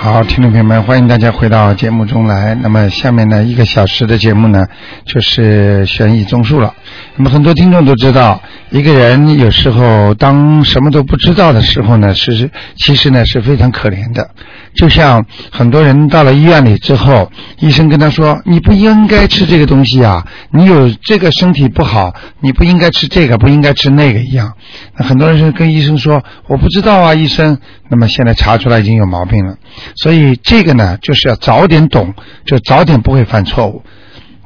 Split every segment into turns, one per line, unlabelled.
好，听众朋友们，欢迎大家回到节目中来。那么下面呢，一个小时的节目呢，就是悬疑综述了。那么很多听众都知道，一个人有时候当什么都不知道的时候呢，是其实呢是非常可怜的。就像很多人到了医院里之后，医生跟他说：“你不应该吃这个东西啊，你有这个身体不好，你不应该吃这个，不应该吃那个一样。”那很多人是跟医生说：“我不知道啊，医生。”那么现在查出来已经有毛病了。所以这个呢，就是要早点懂，就早点不会犯错误。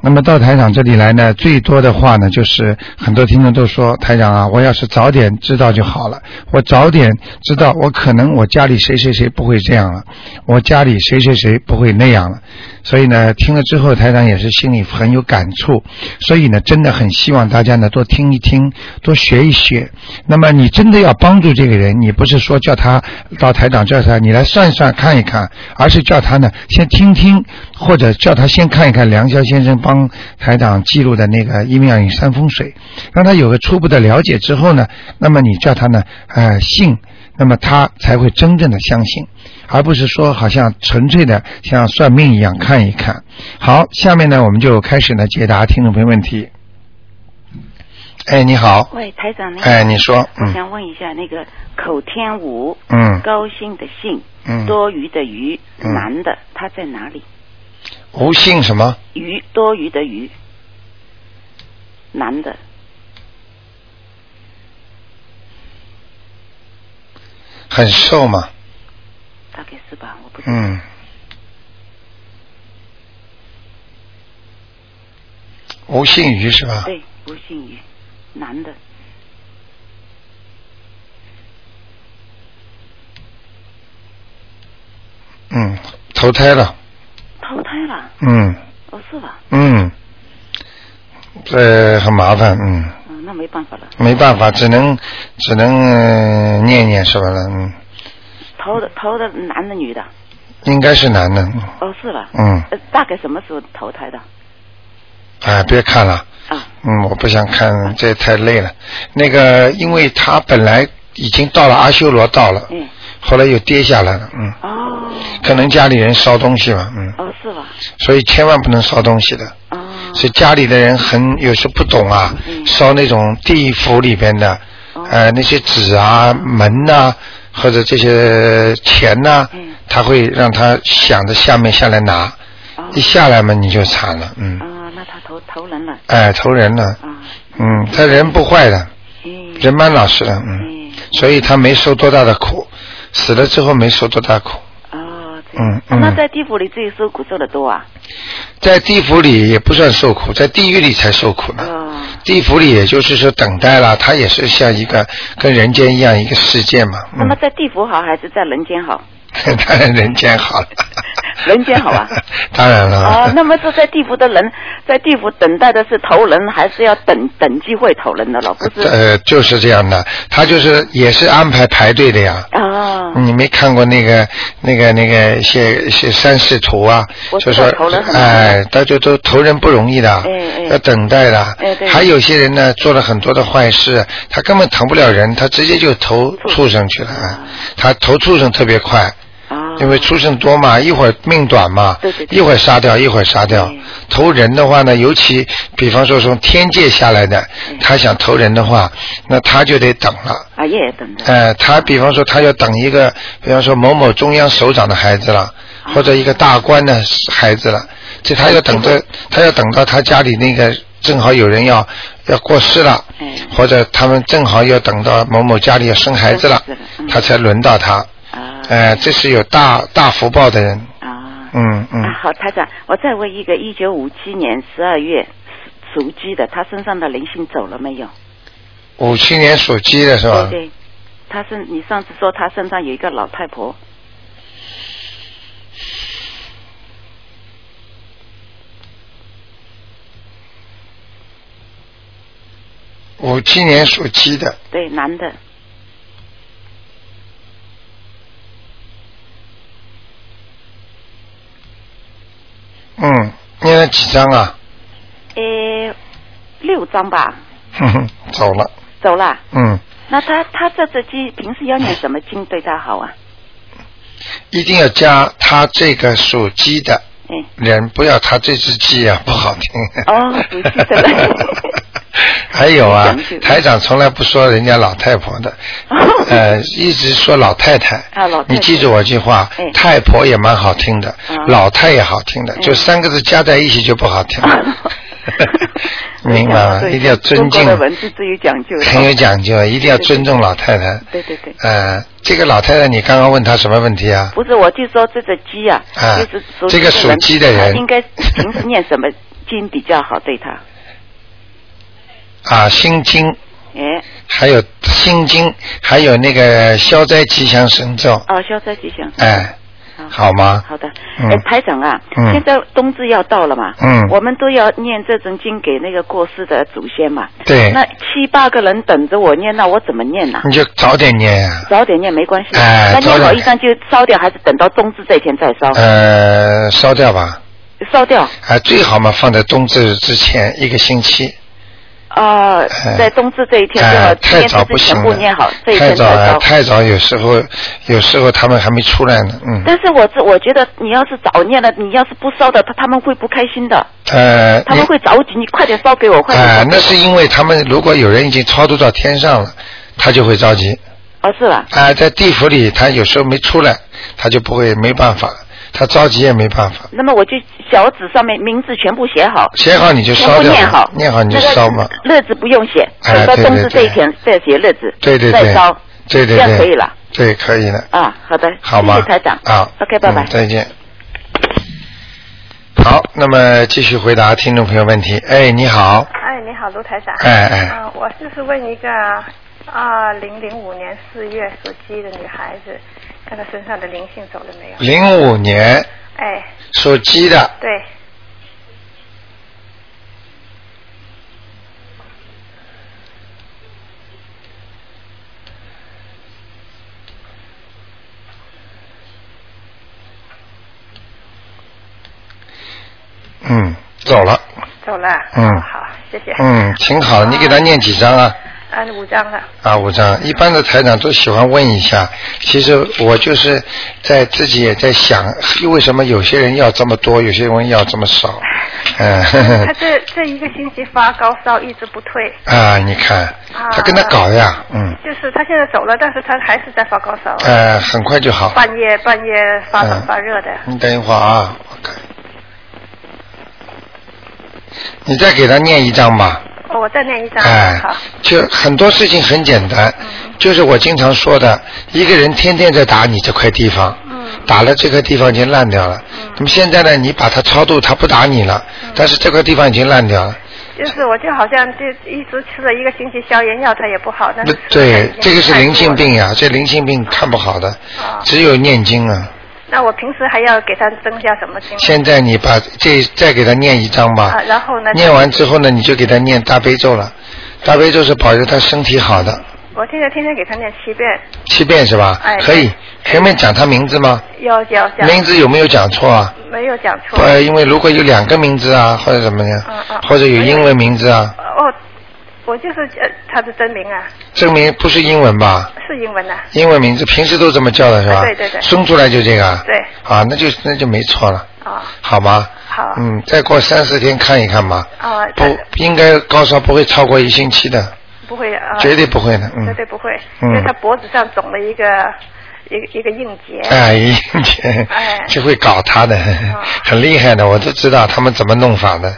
那么到台长这里来呢，最多的话呢，就是很多听众都说，台长啊，我要是早点知道就好了，我早点知道，我可能我家里谁谁谁不会这样了，我家里谁谁谁不会那样了。所以呢，听了之后，台长也是心里很有感触。所以呢，真的很希望大家呢多听一听，多学一学。那么你真的要帮助这个人，你不是说叫他到台长这儿来，你来算算看一看，而是叫他呢先听听，或者叫他先看一看梁霄先生帮。帮台长记录的那个阴阳与山风水，让他有个初步的了解之后呢，那么你叫他呢，呃，信，那么他才会真正的相信，而不是说好像纯粹的像算命一样看一看。好，下面呢，我们就开始呢解答听众朋友问题。哎，你好。
喂，台长。
哎，你说。
嗯、我想问一下，那个口天吴，
嗯，
高兴的兴，
嗯，
多余的余，
嗯、
男的，他在哪里？
无姓什么？
余多余的余，男的。
很瘦吗？
大概是吧，我不知道。
嗯。无姓余是吧？
对，无姓余，男的。
嗯，投胎了。
投胎了。
嗯。
哦，是吧？
嗯，这很麻烦，
嗯。嗯，那没办法了。
没办法，只能只能、呃、念念是吧？嗯。
投的投的男的女的？
应该是男的。
哦，是吧？
嗯、
呃。大概什么时候投胎的？
哎，别看了。
啊。
嗯，我不想看，这太累了。那个，因为他本来已经到了阿修罗道了。
嗯。
后来又跌下来了，嗯。
哦。
可能家里人烧东西吧，
嗯。哦，是吧？
所以千万不能烧东西的。
哦。
所以家里的人很有时不懂啊，
嗯、
烧那种地府里边的，
哦、
呃，那些纸啊、门呐、啊，或者这些钱呐、啊，
嗯、
他会让他想着下面下来拿，
哦、
一下来嘛你就惨了，嗯。
啊、哦，那他投投人了。
哎，投人了。
啊。
嗯，他人不坏的，
嗯、
人蛮老实的，嗯，所以他没受多大的苦。死了之后没受多大苦。
哦，这
样。嗯嗯。
那在地府里自己受苦受的多啊？
在地府里也不算受苦，在地狱里才受苦呢。
哦。
地府里也就是说等待啦，它也是像一个跟人间一样一个世界嘛。
嗯、那么在地府好还是在人间好？
当然人间好了。
人间好啊。
当然了。
哦，那么是在地府的人，在地府等待的是投人，还是要等等机会投人的了？不 是。
呃，就是这样的，他就是也是安排排队的呀。
哦。
你没看过那个那个那个写写三视图啊？就说哎，他就都投人不容易的，
哎哎
要等待的。
哎对。
还有些人呢，做了很多的坏事，他根本投不了人，他直接就投畜生去了。
嗯
他投畜生特别快。嗯
哦
因为出生多嘛，一会儿命短嘛，
对对对嗯
一会儿杀掉，一会儿杀
哎
掉。投人的话呢，尤其比方说从天界下来的，
嗯
他想投人的话，那他就得等了。
啊，也等着。
呃，他比方说他要等一个，比方说某某中央首长的孩子了，或者一个大官的孩子了，哎这他要等着，他要等到他家里那个正好有人要要过世了，或者他们正好要等到某某家里要生孩子了，嗯他才轮到他。
哦
哎、呃，这是有大大福报的人。
啊。
嗯嗯。
啊，好，台长，我再问一个，一九五七年十二月属鸡的，他身上的灵性走了没有？
五七年属鸡的是吧？
对对，他身你上次说他身上有一个老太婆。
五七年属鸡的。
对，男的。
嗯，念了几张啊？
呃，六张吧。
哼哼，走了。
走了。
嗯。
那他他这只鸡平时要念什么经对他好啊？
一定要加他这个属鸡的
嗯，
人，不要他这只鸡 啊，不好听。
哦属鸡的了
还有啊
讲究，
台长从来不说人家老太婆 的，呃，一直说老太太。
啊老太太
你记住我句话
哎，
太婆也蛮好听的
啊，
老太也好听的，
嗯。
就三个字加在一起就不好听 了 明白吗？
对
一定要尊
中
敬
国的，文字最有讲究的，
很有讲究，一定要尊重老太太。
对对对。
呃，这个老太太，你刚刚问她什么问题啊？
不是，我就说这只鸡啊，
啊
就是属
这个属鸡的人
他应该平时念什么经比较好？对他，
啊，心经，
哎，
还有心经，还有那个消灾吉祥神咒，
哦，消灾吉祥。
哎，
好
好吗？
好的，
嗯
哎，台长啊，
嗯
现在冬至要到了嘛，
嗯
我们都要念这种经给那个过世的祖先嘛。
对
那，七八个人等着我念，那我怎么念呢、
你就早点念啊呀、
早点念没关系，
嗯哎
那念
早
好
点
一张就烧掉，还是等到冬至这一天再烧？
呃，烧掉吧，
烧掉
啊，最好嘛放在冬至之前一个星期，
啊、
哎
在冬至这一天，最
哎
好今
太
天
早
就
不
是
行
全部
了
念好，这一，
太
天
早
再
了，
烧。
太早，有时候有时候他们还没出来呢，嗯，
但是我这我觉得你要是早念了，你要是不烧的，他他们会不开心的，
呃，
他们
你
会着急，你快点烧给我，快点
啊、
烧给
那
我。
是因为他们如果有人已经超度到天上了，他就会着急。
哦，是吧？
啊、在地府里他有时候没出来，他就不会没办法，他着急也没办法。
那么我就小纸上面名字全部写好，
写好你就
全
烧
部
掉，
念好，
你就烧嘛。
那个日子不用写，
哎
等到
对
冬
对
至这
对
一天再写日子，
对对
再
对
烧，，
对对
这样可以
对，
了
对可以了，
啊。好的，
好
谢
吗？
谢台长。
好
，OK，拜拜
嗯。再见。好，那么继续回答听众朋友问题。哎，你好，
哎，你好，卢台长。
哎哎
啊我就是问一个二零零五年四月属鸡的女孩子，看她身上的灵性走了没有？
零五年
哎，
属鸡的，
对，
嗯，走了，
走了。
嗯
好，谢谢。
嗯，挺好的。你给他念几张啊？
啊，五张 了。
啊，五张。一般的台长都喜欢问一下，其实我就是在自己也在想，为什么有些人要这么多，有些人要这么少？嗯，呵呵
她这这一个星期发高烧一直不退，
啊，你看，他跟他搞呀，嗯，
就是她现在走了，但是她还是在发高烧，啊
呃，很快就好。
半夜半夜发冷
嗯
发热的。
你等一会儿啊，我看，你再给他念一张吧。
哦，我再念一张。
哎
好。，嗯
就很多事情很简单，就是我经常说的，一个人天天在打你这块地方，
嗯
打了这块地方已经烂掉了。那么现在呢，你把它超度，它不打你了，
嗯
但是这块地方已经烂掉了。
就是我就好像就一直吃了一个星期消炎药，它也不好，但是
那对，这个是灵性
病。
病呀，这灵性病看不好的
啊，
只有念经啊。
那我平时还要给他增加什么经？
现在你把这再给他念一张吧
啊，，然后呢？
念完之后呢，你就给他念大悲咒了。大悲咒是保佑他身体好的，
我现在天天给他念七遍，
七遍是吧
哎？
可以
对。
前面讲他名字吗？
要要讲，
名字有没有讲错啊？
没有讲错。
呃，因为如果有两个名字啊，或者怎么样
嗯，嗯
或者有英文名字啊，
哦，我就是呃他的真名啊，
证明不是英文吧？
是英文的、
英文名字平时都这么叫的是吧？
啊对对对
生出来就这个啊。
对
啊，那就那就没错了，
啊
好吗？
好
嗯，再过三四天看一看吧。
啊，他
不，应该高烧不会超过一星期的，
不会啊，
绝对不会的。嗯。
绝对不会，
嗯
因为他脖子上肿了一个一个一个硬结。
哎，一
哎
就会搞他的， 很厉害的，我都知道他们怎么弄法 的。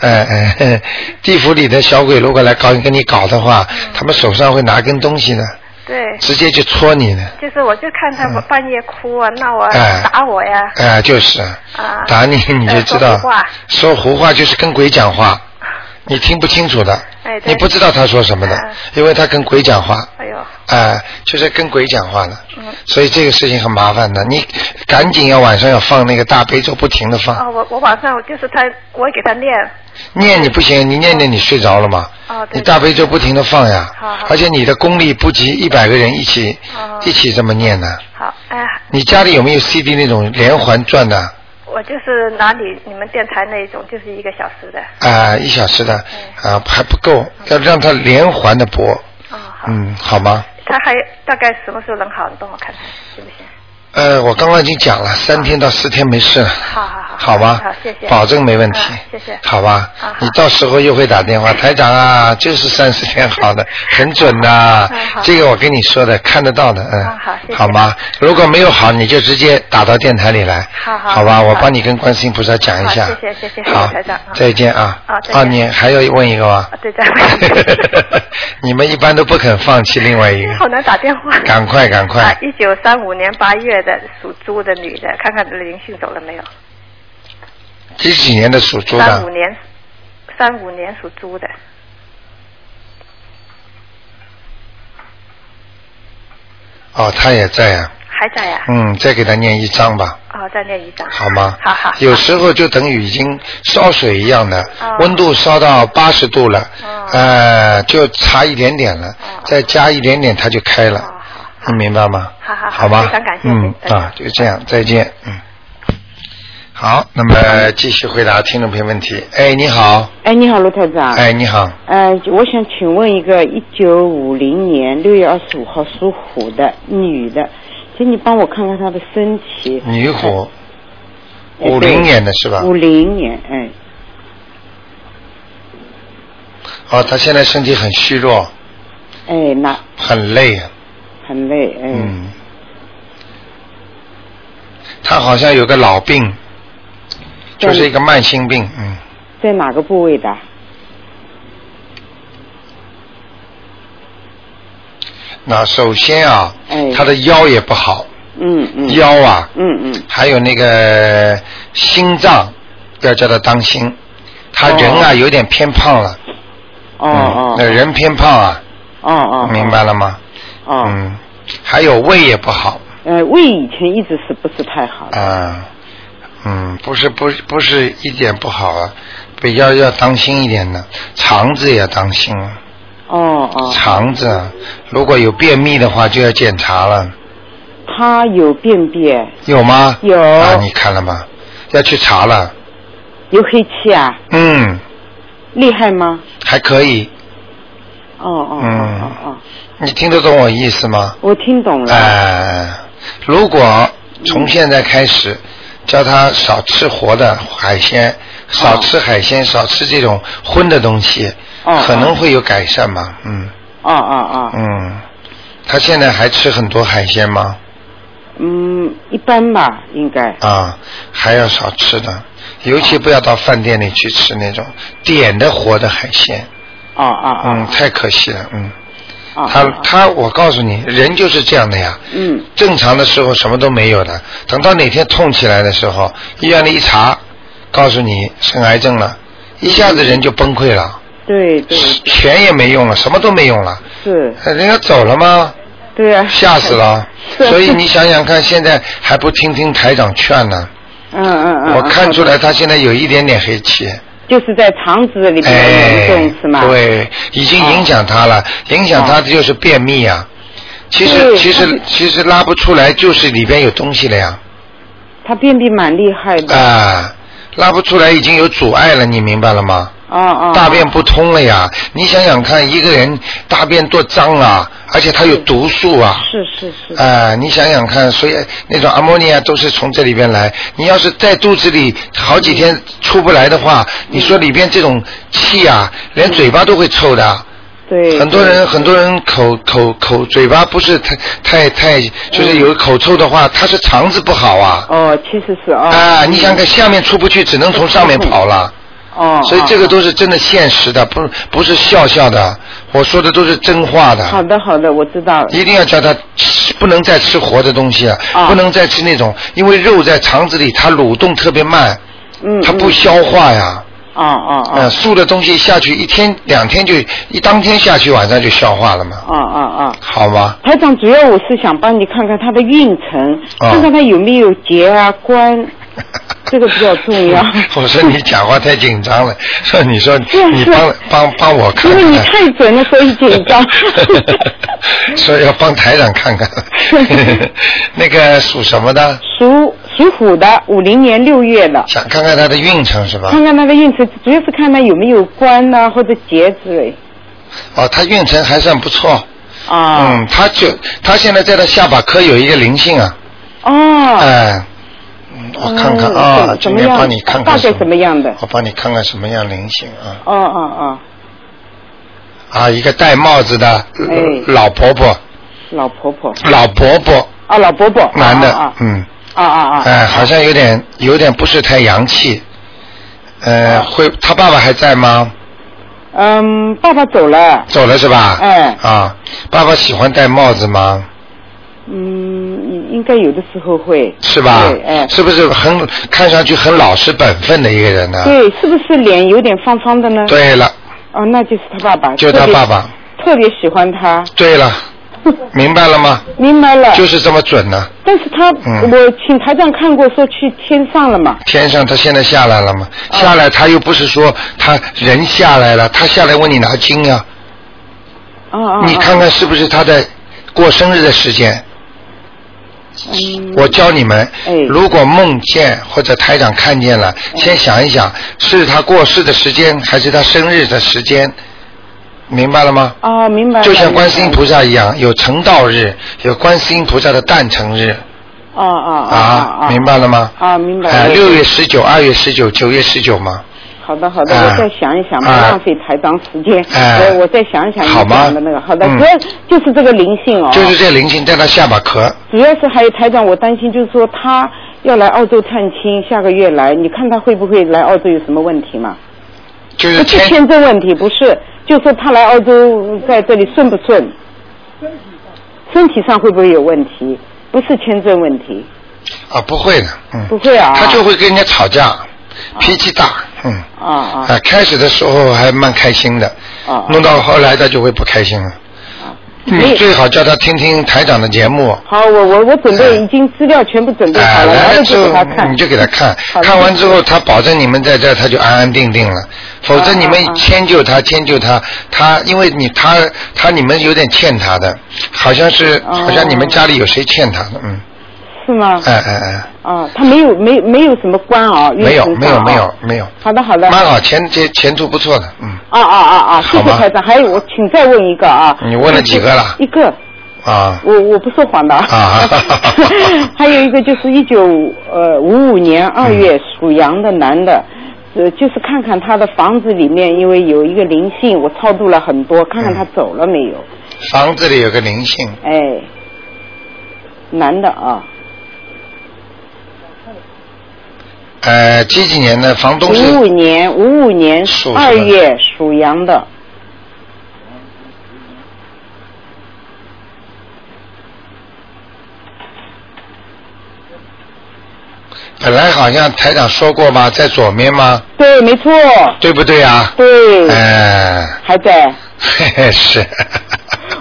哎哎， 地府里的小鬼如果来搞跟你搞的话，他们手上会拿根东西的，
嗯对，
直接就戳你的。
就是我就看他半夜哭啊、闹啊、
嗯哎
打我呀，
哎，就是
啊
打你 你就知
呃说
道
胡话，
说胡话就是跟鬼讲 话，你听不清楚的
哎，对
你不知道他说什么的
哎，
因为他跟鬼讲话。
哎呦，
哎，就是跟鬼讲话的
嗯，
所以这个事情很麻烦的。你赶紧要晚上要放那个大悲咒，不停的放。
啊，我我晚上就是他，我也给他念，
念你不行，你念念你睡着了嘛？
哦对
你大悲咒不停的放呀
好好，
而且你的功力不及一百个人一起
哦
一起这么念呢。
好，哎呀，
你家里有没有 CD 那种连环转的？
我就是拿你你们电台那一种，就是一个小时的。
啊，一小时的啊还不够，要让它连环的播，
哦，好。
嗯，好吗？
嗯
他还大概什么时候能好？你帮我看看行不行？
呃，我刚刚已经讲了，三天到四天没事了。
好好好。
好吗？
好，谢谢。
保证没问题。
啊谢谢。
好吧
啊好，
你到时候又会打电话，台长啊，就是三四天好 的，很准的、
嗯好
这个我跟你说的，看得到的，嗯。
啊好谢谢
吗？如果没有好，你就直接打到电台里来。
好好
吧，
好
我帮你跟观世音菩萨讲一下。
好谢谢谢谢
好，
台长啊
再见啊。
好再见
啊，你还要问一个吗
啊？对再问
你们一般都不肯放弃另外一个。
好难打电话。
赶快，赶快。
啊，一九三五年八月的属猪的女的，看看灵性走了没有？
几几年的属猪
三
的
五？年，三五年属猪的，
哦，他也在啊。
还在呀、
嗯，再给他念一张吧，
啊？哦，再念一张。
好吗？
好好。
有时候就等于已经烧水一样的，
哦
温度烧到八十度了，
哦
呃，就差一点点了，
哦
再加一点点它就开了，
好啊好好
你明白吗？
好好好
吗？
非常感谢
嗯
非常
啊，就这样，再见，嗯。好，那么继续回答听众朋友问题。哎，你好，
哎，你好，卢台长。
哎，你好，
呃，我想请问一个一九五零年六月二十五号属虎的女的，请你帮我看看她的身体。
女虎，
哎。
五零年的是吧？
五零年，哎，
哦，她现在身体很虚弱，
哎，那
很累啊。
很累，哎，
嗯，他好像有个老病，
对
就是一个慢性病，嗯，
在哪个部位的？
那首先啊，
哎
他的腰也不好，
嗯嗯。
腰啊，
嗯嗯，
还有那个心脏，要叫他当心。他人啊、
哦
有点偏胖了，
哦
嗯
哦。
那人偏胖啊，
哦哦。
明白。了吗？
哦。
嗯，还有胃也不好
呃，胃以前一直是不是太好
啊、
的？
嗯，不是不是不是一点不好啊，比较要当心一点的，肠子也要当心啊。
哦哦。
肠子啊如果有便秘的话，就要检查了，
她有便便，
有吗？
有
啊，你看了吗？要去查了。
有黑气啊，
嗯，
厉害吗？
还可以。
哦哦哦
嗯
哦哦，
你听得懂我意思吗？
我听懂了。
哎，如果从现在开始，叫他少吃活的海
哦
鲜，少吃海鲜，少吃这种荤的东西，
哦
可能会有改善吧。嗯
哦哦哦，
嗯，他现在还吃很多海鲜吗？
嗯，一般吧，应该。
啊，还要少吃的，尤其不要到饭店里去吃那种点的活的海鲜，
哦哦哦。
嗯，太可惜了，嗯。
哦。
他
哦
他，我告诉你，人就是这样的呀。
嗯。
正常的时候什么都没有的，等到哪天痛起来的时候，医院里一查，告诉你生癌症了，一下子人就崩溃了，
对对
钱也没用了，什么都没用了，
是，
人家走了吗？
对啊。！
吓死了
是
所以你想想看，现在还不听听台长劝呢？
嗯 嗯嗯。
我看出
好的
来他现在有一点点黑气，
就是在肠子里比较
哎
严重，是吗？。
对，已经影响他了，影响他的就是便秘啊。其实
哦对
其
他
实
是
其实拉不出来，就是里边有东西了呀，
他便秘蛮厉害的。
啊，拉不出来已经有阻碍了，你明白了吗？
哦哦。
大便不通了呀！你想想看，一个人大便多脏啊，而且他有毒素啊。
是是是。
啊、你想想看，所以那种阿莫尼亚都是从这里边来。你要是在肚子里好几天出不来的话，你说里边这种气啊，连嘴巴都会臭的。
对。
很多人很多人口口口嘴巴不是太太太，就是有口臭的话，他是肠子不好啊。
哦，其实是哦。
啊，你想看下面出不去，只能从上面跑了。
哦。
所以这个
哦。
都是真的现实的，不不是笑笑的。我说的都是真话的。
好的好的，我知道了。
一定要叫他吃，不能再吃活的东西了，
啊
不能再吃那种，因为肉在肠子里它蠕动特别慢，
嗯。
它不
嗯。
消化呀。
哦哦
呃
哦。
素的东西下去一天两天就一当天下去，晚上就消化了嘛，
哦哦哦。
好吗？
台长，主要我是想帮你看看他的运程，
哦。
看看他有没有结啊、关，这个比较重要
我说你讲话太紧张了，说你说
是啊
你
是啊
帮帮帮我看
因
看。
为你太准了，所以紧 张。
所以要帮台长看 看。那个属什么的？
属属虎的，五零年六月的，
想看看他的运程是吧？
看看他的运程，主要是看他有没有关呐、或者结之类。
哦，他运程还算不错。嗯
啊，
嗯，他就他现在在他下巴颏有一个灵性啊，
哦，
哎，嗯我看看
嗯
啊，
怎
今
么
天
样
帮你看看
大概什么样的
我帮你看看什么样灵性啊
哦哦
啊，一个戴帽子的
哎
老婆婆，
哦，老婆婆，
老伯伯，
啊，老伯伯，
男的
啊，
嗯，
啊啊啊，
哎，好像有点有点不是太洋气，呃，会他爸爸还在吗？
嗯，爸爸走了，
走了是吧？
哎
啊，爸爸喜欢戴帽子吗？
嗯，应应该有的时候会，
是吧？
对，哎，
是不是很看上去很老实本分的一个人呢？
对，是不是脸有点方方的呢？，
啊对了，
哦，那就是他爸爸，
就是他
特别
爸爸。
特别哎喜欢他，
对 了，明白了吗？
明白了。
就。是这么准呢、
但是他，
嗯
我请台长看过，说去天上了嘛。
天上他现在下来了嘛，
哦
下来他又不是说他人下来了，他下来问你拿经啊，
啊啊。啊
你看。看是不是他在过生日的时间？
嗯。
我教你们
哎，
如果梦见或者台长看见了，先想一想，是他过世的时间还是他生日的时间，明白了吗？
啊，明白了。
就像观世音菩
萨。
萨一样，有成道日，有观世音菩萨的诞辰日
啊啊啊
啊，明白了吗？
啊，明白
哎，
了。
六月。十九、二月十九、九月十九嘛，
好的，好的，
啊
我再想一想，不
啊
浪费台长时间。
哎
我我再想一想你
好吗
讲的那个，好的，
嗯
主要就是这个灵性哦。
就是这灵性在他下巴壳，
主要是还有台长，我担心就是说他要来澳洲探亲，下个月来，你看他会不会来澳洲有什么问题嘛？
就
不
是
是
天
签证问题，不是，就是说他来澳洲在这里顺不顺？身体上会不会有问题？不是签证问题，
啊，不会的，嗯，
不会啊。
他就会跟人家吵架，脾气大，嗯，
啊啊
啊，开始的时候还蛮开心的，
啊啊！
弄到后来他就会不开心了。
嗯
你
你
最好叫他听听台长的节目，
好，我我我准备
哎
已经资料全部准备好
哎，
了，
来
完
了
了
之
就给
后
他看。
你就给他看，
好的
看完之后他保证你们在这儿他就安安定定了，否则你
啊啊
们
啊
迁就他迁就他，他因为你他他你们有点欠他的，好像是
哦
好像你们家里有谁欠他的，嗯，
是吗？
哎哎哎，
啊，他没有没没有什么关啊，运
没有
程
没有
上
没
啊
有。没有，
好的好的。
蛮好，前前前途不错的，嗯
啊啊啊啊！谢
好
谢
吗
台长。还有，我请再问一个啊。
你问了几个了
一个，
啊，
我我不说谎的。
啊
还有一个就是一九呃五五年
嗯
二月属羊的男的。呃，就是看看他的房子里面，因为有一个灵性，我超度了很多，看看他
嗯
走了没有？
房子里有个灵性，
哎，男的啊，
呃，几几年的房东
五五
是
年五五年
属什么
二月属羊的，
本来好像台长说过吧，在左面吗？
对，没错，
对不对啊？
对，
哎、
还在。
嘿嘿，是。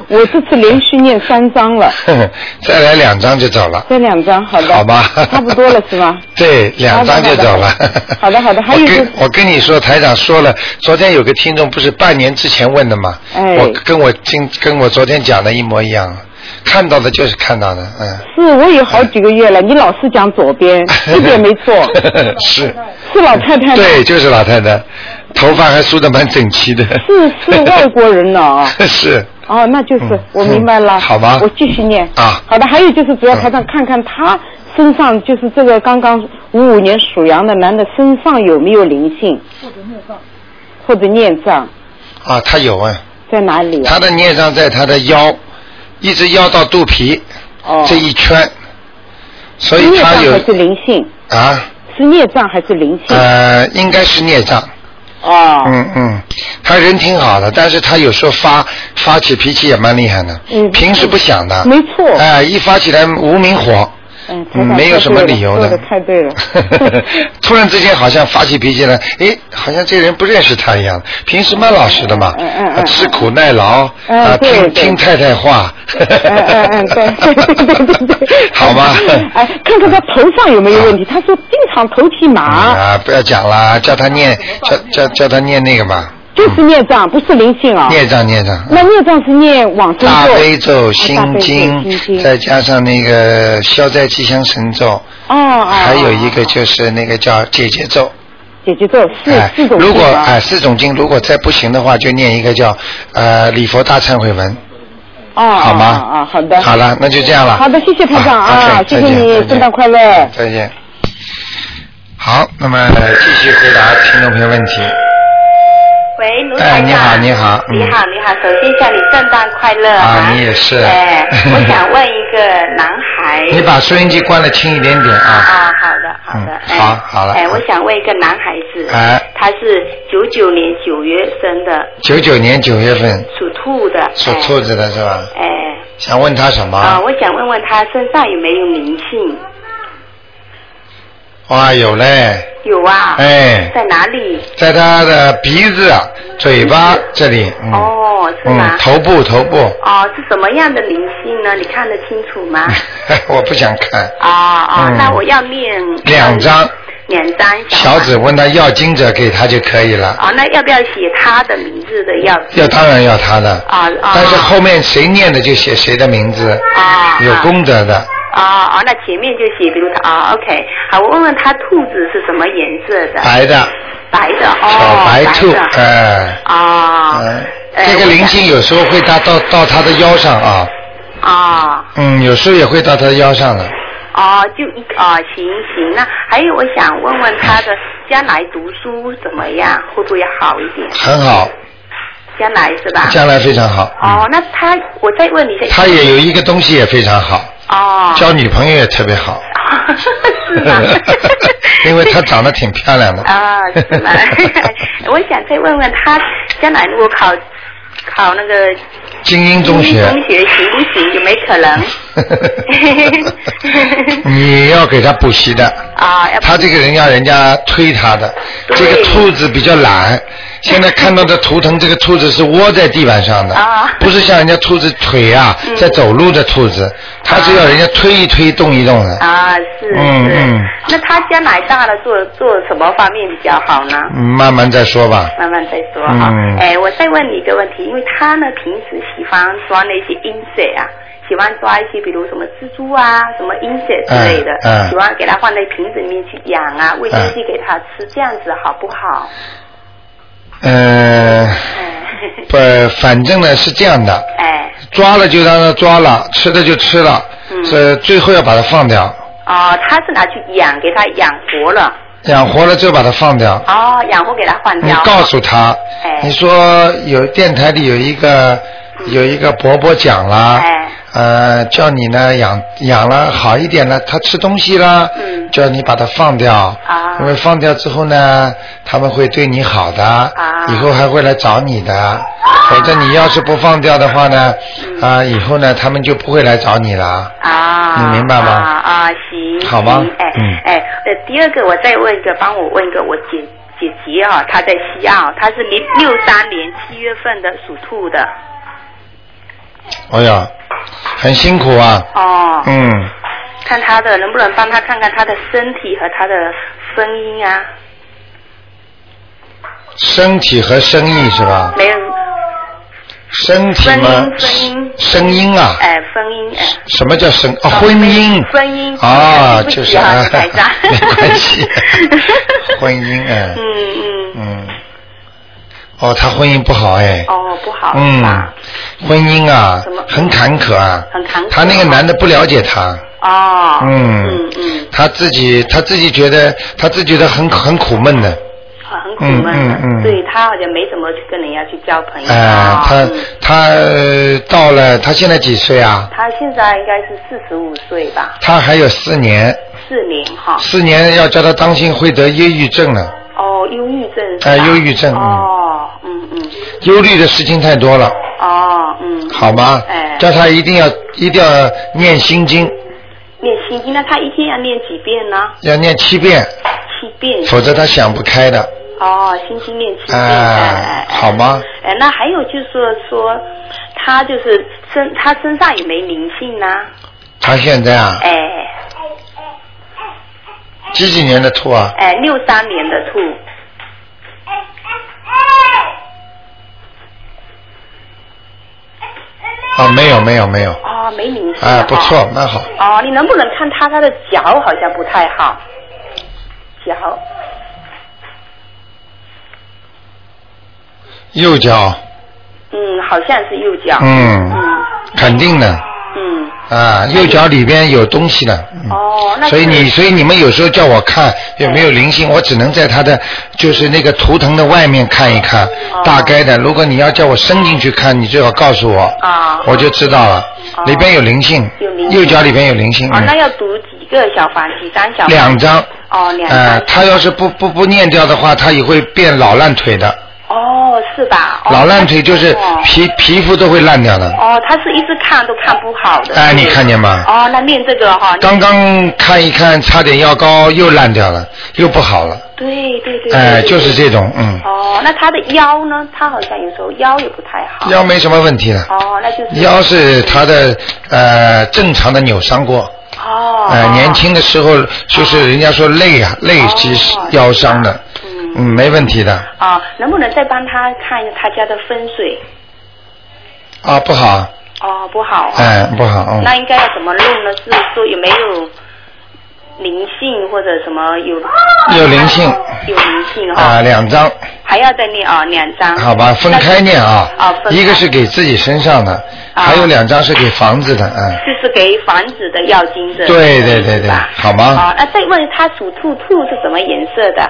我这次连续念三章了，
再来两张就走了。
这两张好的，
好吧，
差不多了是 吗？？
对，两张就走了。
好的好的好的好的还有
我
一个
跟我跟你说，台长说了，昨天有个听众不是半年之前问的吗？
哎
我跟我今跟我昨天讲的一模一样，看到的就是看到的，嗯。
是我有好几个月了，你老是讲左 边，这点没错，
是。
是老太太吗？
对，，就是老太太，头发还梳的蛮整齐的。
是是外国人了啊。
是。
哦，那就是、
嗯
我明白了，
嗯好吧
我继续念
啊
好的，还有就是主要台上看看他身上，就是这个刚刚五五年属羊的男的身上有没有灵性，或者孽障，或者孽障
啊，他有啊，
在哪里啊？
他的孽障在他的腰，一直腰到肚皮、
哦，
这一圈，所
是
以
孽障
他有
还是灵性？
啊
是孽障还是灵性？
呃，应该是孽障。
哦，
嗯嗯，他人挺好的，但是他有时候发发起脾气也蛮厉害的，
嗯
平时不想的，
没错
哎、一发起来无名火。
嗯
嗯，
台长
没有什么理由
说得太对 了
突然之间好像发起脾气来，哎，好像这个人不认识他一样。平时蛮老实的嘛，
嗯嗯嗯
啊吃苦耐劳，
嗯
啊，
对
听
对
听太太话。
嗯嗯嗯，对对对对对对，
好吧。
哎，看看他头上有没有问题？他说经常头皮麻，
啊，不要讲啦，叫他念，叫叫叫他念那个吧，
就是孽障，不是灵性啊。
念障念障。
那孽障是念往生咒。
大悲咒、
啊
心
大悲咒
经
心，经
再加上那个消灾吉祥神咒，
哦哦。
还有一个
哦
就是那个叫解结咒。
姐姐咒四
哎，
四种
如果
经啊
哎四种经，如果再不行的话，就念一个叫呃礼佛大忏悔文。
啊
好吗？
啊啊好的
好了，那就这样了。
好的谢谢台长啊
好再见
谢谢你
再见
圣诞快乐
再见。好，那么继续回答听众朋友问题。
喂，卢
哎
台长、
你好你好嗯
你好，你好，首先向你圣诞快乐
啊你也是 。
哎，我想问一个男孩
你把收音机关的轻一点点啊。
啊，好的，好的，
嗯
哎
好好了
哎，
好
我想问一个男孩子，
哎
他是九九年九月生的，
九九年九月份
属兔的，
属兔子的是吧？
哎，哎，
想问他什么？
啊，我想问问他身上有没有灵性？
哇，有嘞，
有啊，
哎，
在哪里？
在他的鼻子、啊嘴巴这里，嗯，
哦，是吗
嗯，？头部，头部，
哦，是什么样的灵性呢？你看得清楚 吗？
我不想看。
啊啊，
嗯
那我要念呃
两张，
两张
小
子。
指问他要经者给他就可以了，
啊，那要不要写他的名字的要？
要当然要他的，
啊啊
但是后面谁念的就写谁的名字，
啊
有功德的，
啊啊，那前面就写，比如他啊，OK，好，我问问他兔子是什么颜色的？
白的
白的哦，
小白兔，
的
哎，
啊
嗯，
哎
这个灵性有时候会搭到到他的腰上啊，
啊
嗯，有时候也会到他的腰上的，
啊，就一啊，行行，那还有我想问问他的将来读书怎么样，会不会好一点？
很好，
将来是吧？
将来非常好。嗯
哦，那他，我再问你一下。
他也有一个东西也非常好，
哦。
交女朋友也特别好，？
是吗
因为她长得挺漂亮的。？
啊，是吗 我想再问问他，将来如果考考那个
精英中
精
学。
英中学行不行？有没有可能？
你要给他补习的，
啊，要不
他这个人要人家推他的。
对
这个兔子比较懒，现在看到的图腾，这个兔子是窝在地板上的
啊，
不是像人家兔子腿啊
嗯
在走路的兔子，它是要人家推一推、动一动的。
啊，是
嗯
是。
嗯
那他将来大了做做什么方面比较好呢？
嗯慢慢再说吧。
慢慢再说哈。
嗯
哎，我再问你一个问题，因为他呢平时喜欢抓那些音色啊，喜欢抓一些比如什么蜘蛛啊、什么音色之类的，
嗯嗯
喜欢给他放在瓶子里面去养啊，喂东西给他吃，这样子好不好？
嗯，
哎，
不，反正呢是这样的，
哎，
抓了就让它抓了，吃的就吃了，
嗯
这最后要把它放掉，
哦，他是拿去养，给他养活了，
养活了就把它放掉。
哦，养活给他换
你
掉。
告诉他，
哎嗯
你说有电台里有一个有一个伯伯讲啦，
哎
呃，叫你呢养养了好一点了，他吃东西啦，
嗯
叫你把它放掉，
啊
因为放掉之后呢，他们会对你好的，
啊
以后还会来找你的，否则你要是不放掉的话呢，
嗯
啊、以后呢他们就不会来找你了。
啊，
你明白吗
啊啊，行，
好吗
行哎、
嗯
哎，呃，第二个我再问一个，帮我问一个我姐姐姐啊，她在西澳，她是零六三年七月份的，属兔的，
哎呀，很辛苦啊，
哦，
嗯，
看她的能不能帮她看看她的身体和她的声音啊，
身体和生意是吧？
没有，
身体吗？
声音
声音啊。
哎，声音哎。
什么叫声？啊，
哦
婚姻。
婚姻
啊，
对
就
不
是
起啊
啊，
台长
没关系。 婚姻哎
嗯，嗯，
嗯，哦，他婚姻不好哎。
哦，不好是
嗯
吧？，
婚姻啊
怎么，
很坎坷啊。
很坎坷
他那个男的不了解他，
哦，
嗯
嗯嗯，
他自己他自己觉得他自己觉得很很苦闷的，
啊很苦闷的，
嗯嗯嗯
对他好像没怎么去跟人家去交朋友。
哎、
啊
他
嗯
他呃到了他现在几岁啊？
他现在应该是四十五岁吧，
他还有四年，
四年哈。
四年要叫他当心会得忧郁症了。
哦，忧郁症是吧。
哎忧郁症嗯
哦，嗯嗯，
忧虑的事情太多了，
哦嗯。
好吗？
哎
叫他一定要一定要念心经，
念心经，那他一天要念几遍呢？
要念七遍，
哎七遍。
否则他想不开的。
哦，心经念七遍。
哎
哎哎
好吗？
哎，那还有就是说说，他就是身他身上有没灵性呢？啊
他现在啊，
哎
几几年的兔啊？
哎，六三年的兔。
啊，没有没有没有，
哦，没灵性。
哎，
哦
不错，蛮好。
哦，你能不能看他他的脚好像不太好，脚
右脚，
嗯好像是右脚，
嗯
嗯
肯定的
嗯，
啊，右脚里边有东西的。嗯
哦，那
所以
是
你，所以你们有时候叫我看有没有灵性，我只能在它的就是那个图腾的外面看一看，
哦
大概的。如果你要叫我伸进去看，你最好告诉我，
啊
我就知道了，里边有灵性
哦有灵，性
右脚里边有灵性。
哦，
嗯
那要读几个小房，几张小房？
两。张，
哦，两张。
呃，他要是不不不念掉的话，他也会变老烂腿的。
哦，是吧？哦
老烂腿就是
哦
皮皮肤都会烂掉的。
哦，他是一直看都看不好的。
哎你看见吗
哦，那念这个哈、
刚刚看一看，擦点药膏又烂掉了，又不好了。
对对对。
哎、
对对
就是这种，嗯，
哦，那他的腰呢？他好像有时候腰也不太好。
腰。没什么问题了。
哦，那就是。
腰是他的呃正常的扭伤过，
哦。
呃年。轻的时候就是人家说累啊累
哦
及腰伤的，
嗯
嗯没问题的
啊，能不能再帮他看一下他家的风水？
啊不好，
哦，不好、啊。
哎不好，
那
嗯
应该要怎么弄呢？是说有没有灵性或者什么有？
有灵性
有灵性哈、
啊两张
还要再念啊、两张。
好吧分开念啊
那是哦，分开
一个是给自己身上的，
啊
还有两张是给房子的，嗯
就是给房子的要金子。
对对对对
是吧
好吗
啊，那再问他属兔，兔是什么颜色的？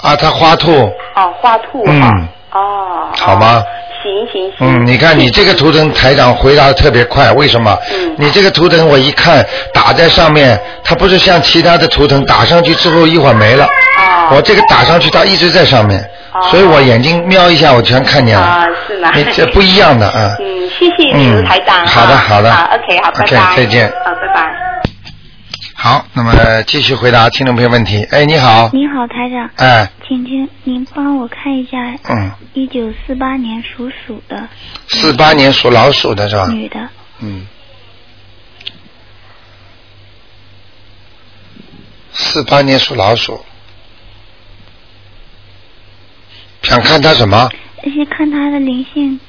啊他花兔，
哦，花兔
嗯
哈。哦。
好吗？
行行行。
嗯，你看你这个图腾台长回答的特别快，为什么？
嗯
你这个图腾我一看打在上面，它不是像其他的图腾打上去之后一会儿没了，
哦
我这个打上去它一直在上面，
哦
所以我眼睛瞄一下我全看见了。
啊是吗
你这不一样的啊。
嗯，谢谢你，
嗯
卢台长啊。
好的好的
好，OK，好，拜
OK，
拜。
再见
好，拜拜。
好，那么继续回答听众朋友问题。哎，你好。
你好，台长，
哎，
请请您帮我看一下，
嗯，
一九四八年属鼠的
四八年属老鼠的是吧？
女的，
嗯。四八年属老鼠，想看他什么？
而且看她的灵性，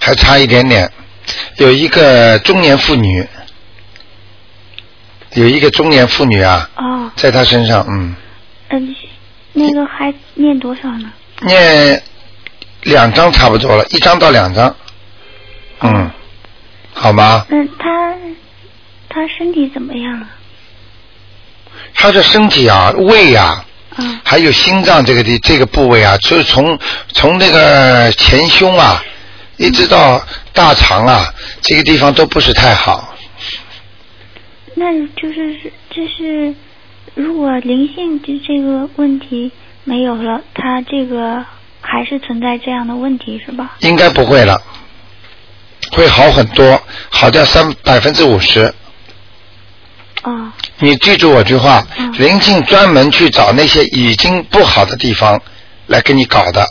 还差一点点。有一个中年妇女，有一个中年妇女啊，
哦，
在她身上，嗯，
嗯、那个还念多少呢？
念两张差不多了，一张到两张，嗯，好吗？
那呃她她身体怎么样啊了？
她的身体啊，胃啊，
嗯，
还有心脏这个地这个部位啊，就是从从那个前胸啊，一直到大肠啊，这个地方都不是太好。
那就是就是，如果灵性这这个问题没有了，她这个还是存在这样的问题是吧？
应该不会了，会好很多，好掉三百分之五十。
哦，
你记住我句话，
嗯
灵性专门去找那些已经不好的地方来给你搞的。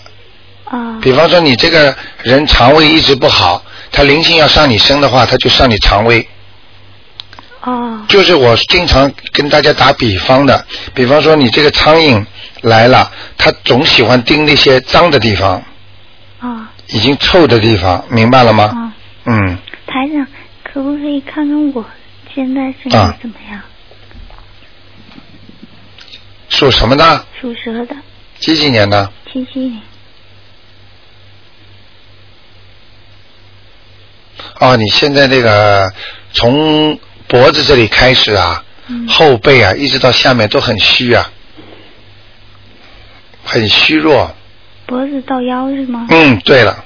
哦，
比方说你这个人肠胃一直不好，他灵性要上你身的话，他就上你肠胃。
哦，
就是我经常跟大家打比方的，比方说你这个苍蝇来了，它总喜欢叮那些脏的地方，
哦，
已经臭的地方，明白了吗？
哦。
嗯，
台长，可不可以看看我现在身
啊
体怎么样？
属什么的？
属蛇的，
几几年的？
七七年。
哦，你现在这个从脖子这里开始啊，
嗯
后背啊，一直到下面都很虚啊，很虚弱。
脖子到腰是吗？
嗯，对了，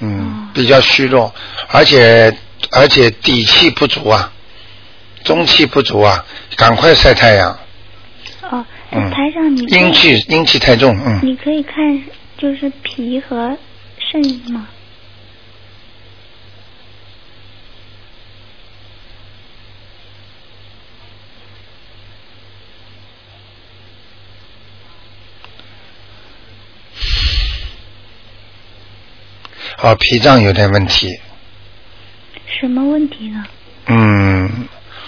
嗯
哦，
比较虚弱，而且而且底气不足啊，中气不足啊，赶快晒太阳，
哦，
嗯
台长，你可以
阴气阴气太重，嗯，
你可以看就是脾和肾吗？
啊，脾脏有点问题，
什么问题呢？
嗯，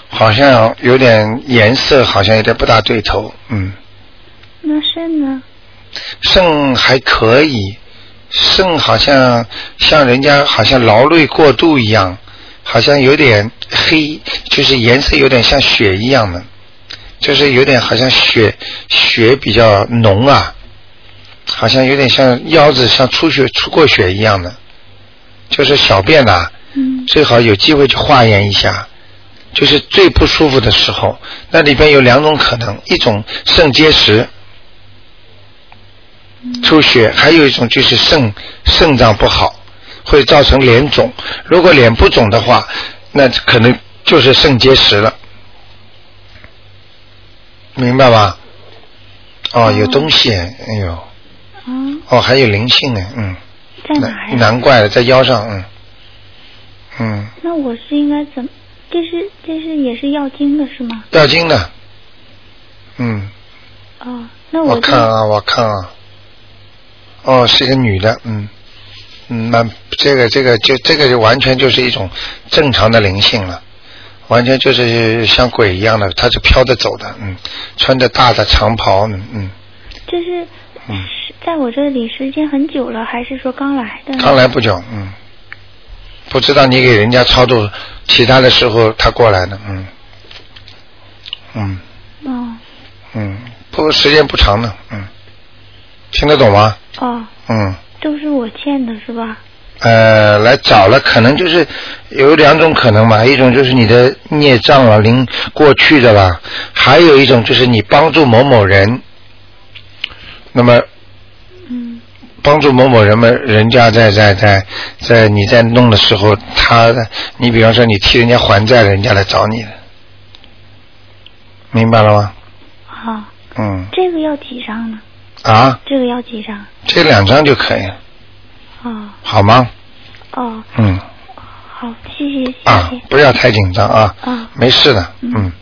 好像有点颜色，好像有点不大对头，嗯，
那肾呢？
肾还可以，肾好像像人家好像劳累过度一样，好像有点黑，就是颜色有点像血一样的，就是有点好像血血比较浓啊，好像有点像腰子像出血出过血一样的，就是小便啊呐、
嗯
最好有机会去化验一下。就是最不舒服的时候，那里边有两种可能，一种肾结石，出血，还有一种就是肾肾脏不好，会造成脸肿。如果脸不肿的话，那可能就是肾结石了，明白吧？哦，有东西，哎呦，
嗯，
哦，还有灵性呢，嗯，
在哪儿
难
呀？
难怪了，在腰上，嗯，嗯，
那我是应该怎么？这是这是也是要经的是吗？
要经的，嗯，
哦，那
我
我这
看啊，我看啊，哦，是一个女的，嗯，嗯，那这个这个就这个就完全就是一种正常的灵性了，完全就是像鬼一样的，她是飘着走的，嗯，穿着大的长袍，嗯嗯，
这是
嗯
是在我这里时间很久了，还是说刚来的？
刚来不久，嗯，不知道你给人家超度其他的时候她过来的，嗯，嗯
哦
嗯，不时间不长的，嗯，听得懂吗？
哦，
嗯。
都是我欠的是吧？
呃，来找了，可能就是有两种可能嘛，一种就是你的孽障了，临过去的啦，还有一种就是你帮助某某人，那么
嗯
帮助某某人们，人家在在在在你在弄的时候，他你比方说你替人家还债了，人家来找你了，明白了吗？
哦，
嗯
这个要几张呢？
啊，
这个要几张？
这两张就可以了，
哦
好吗？
哦，
嗯
好，谢谢谢
啊
谢，，
不要太紧张啊，
啊
没事的，嗯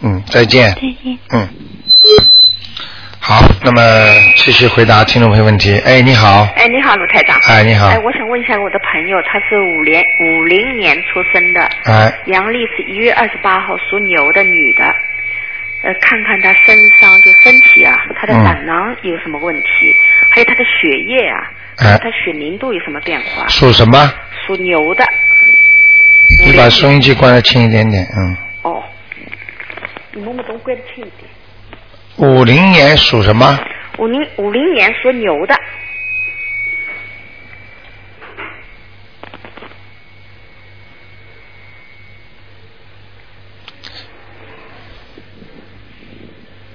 嗯，再见。
再见。
嗯，好，那么继续回答听众朋友问题。哎，你好，
哎，你好，卢台长。
哎，你好
哎，，我想问一下我的朋友，他是五零五零年出生的，
哎，
阳历是一月二十八号，属牛的女的。呃，看看她身上就身体啊，她的
嗯
胆囊有什么问题，还有她的血液啊，
哎
她嗯血凝度有什么变化？
属什么？
属牛的。
你把收音机关的轻一点点，嗯。
哦，你们能不能关轻一点？
五零年属什么？
五零五零年属牛的，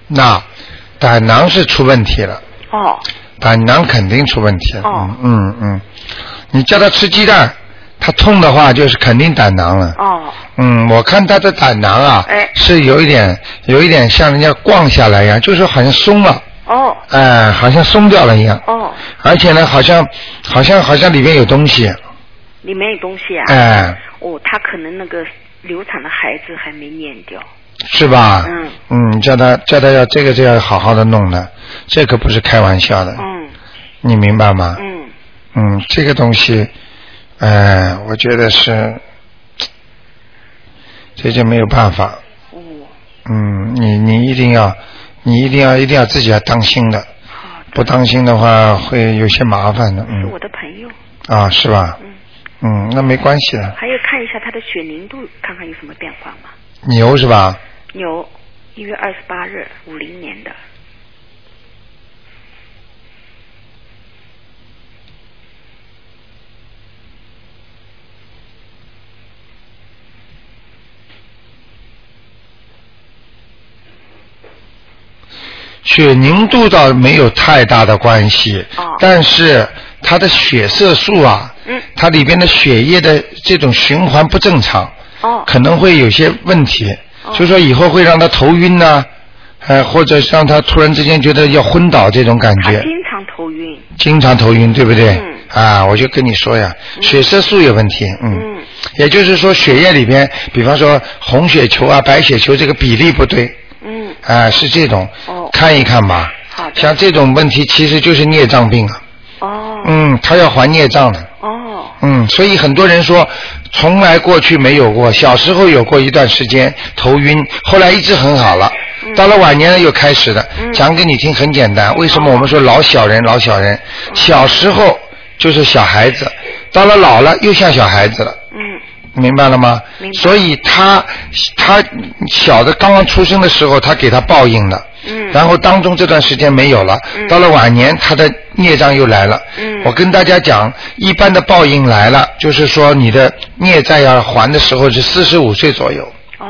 那胆囊是出问题了，
哦，
胆囊肯定出问题了。
哦
嗯嗯嗯，你叫他吃鸡蛋，他痛的话就是肯定胆囊了。
哦，
嗯，我看他的胆囊啊，
哎
是有一点，有一点像人家逛下来一样，就是好像松了，
哦，
哎、好像松掉了一样。
哦，
而且呢，好像好像好像里面有东西，
里面有东西啊。
哎，
哦，他可能那个流产的孩子还没念掉。
是吧？
嗯
嗯，叫他叫他要这个就要好好的弄的，这可不是开玩笑的，
嗯
你明白吗？
嗯
嗯，这个东西，哎，我觉得是，这就没有办法。
哦，
嗯，你你一定要，你一定要一定要自己要当心的，
好
不
的，
当心的话会有些麻烦的。
是
嗯
我，的朋友。
啊，是吧？
嗯，
嗯，那没关系的。
还有看一下他的血凝度，看看有什么变化吗？
牛是吧？
牛，一月二十八日，五零年的。
血凝度倒没有太大的关系，
哦
但是它的血色素啊，
嗯
它里边的血液的这种循环不正常，
哦
可能会有些问题，
哦
就说以后会让他头晕呐、呃，或者让他突然之间觉得要昏倒这种感
他
觉，
经常头晕。
经常头晕，对不对？
啊嗯
啊，我就跟你说呀，血色素有问题，嗯，
嗯
也就是说血液里边，比方说红血球啊、白血球这个比例不对，
嗯，
啊，是这种，
哦
看一看吧。
好的。
像这种问题其实就是孽障病啊，
哦
嗯，他要还孽障的，
哦
嗯，所以很多人说从来过去没有过，小时候有过一段时间头晕，后来一直很好了，到了晚年又开始的，
嗯嗯
讲给你听很简单，为什么我们说老小人老小人，小时候就是小孩子，到了老了又像小孩子了。
嗯，
明白了吗？
明白
所以他他小的刚刚出生的时候，他给他报应了。
嗯
然后当中这段时间没有了，
嗯
到了晚年他的孽障又来了。
嗯
我跟大家讲，一般的报应来了，就是说你的孽债要还的时候是四十五岁左右。
哦，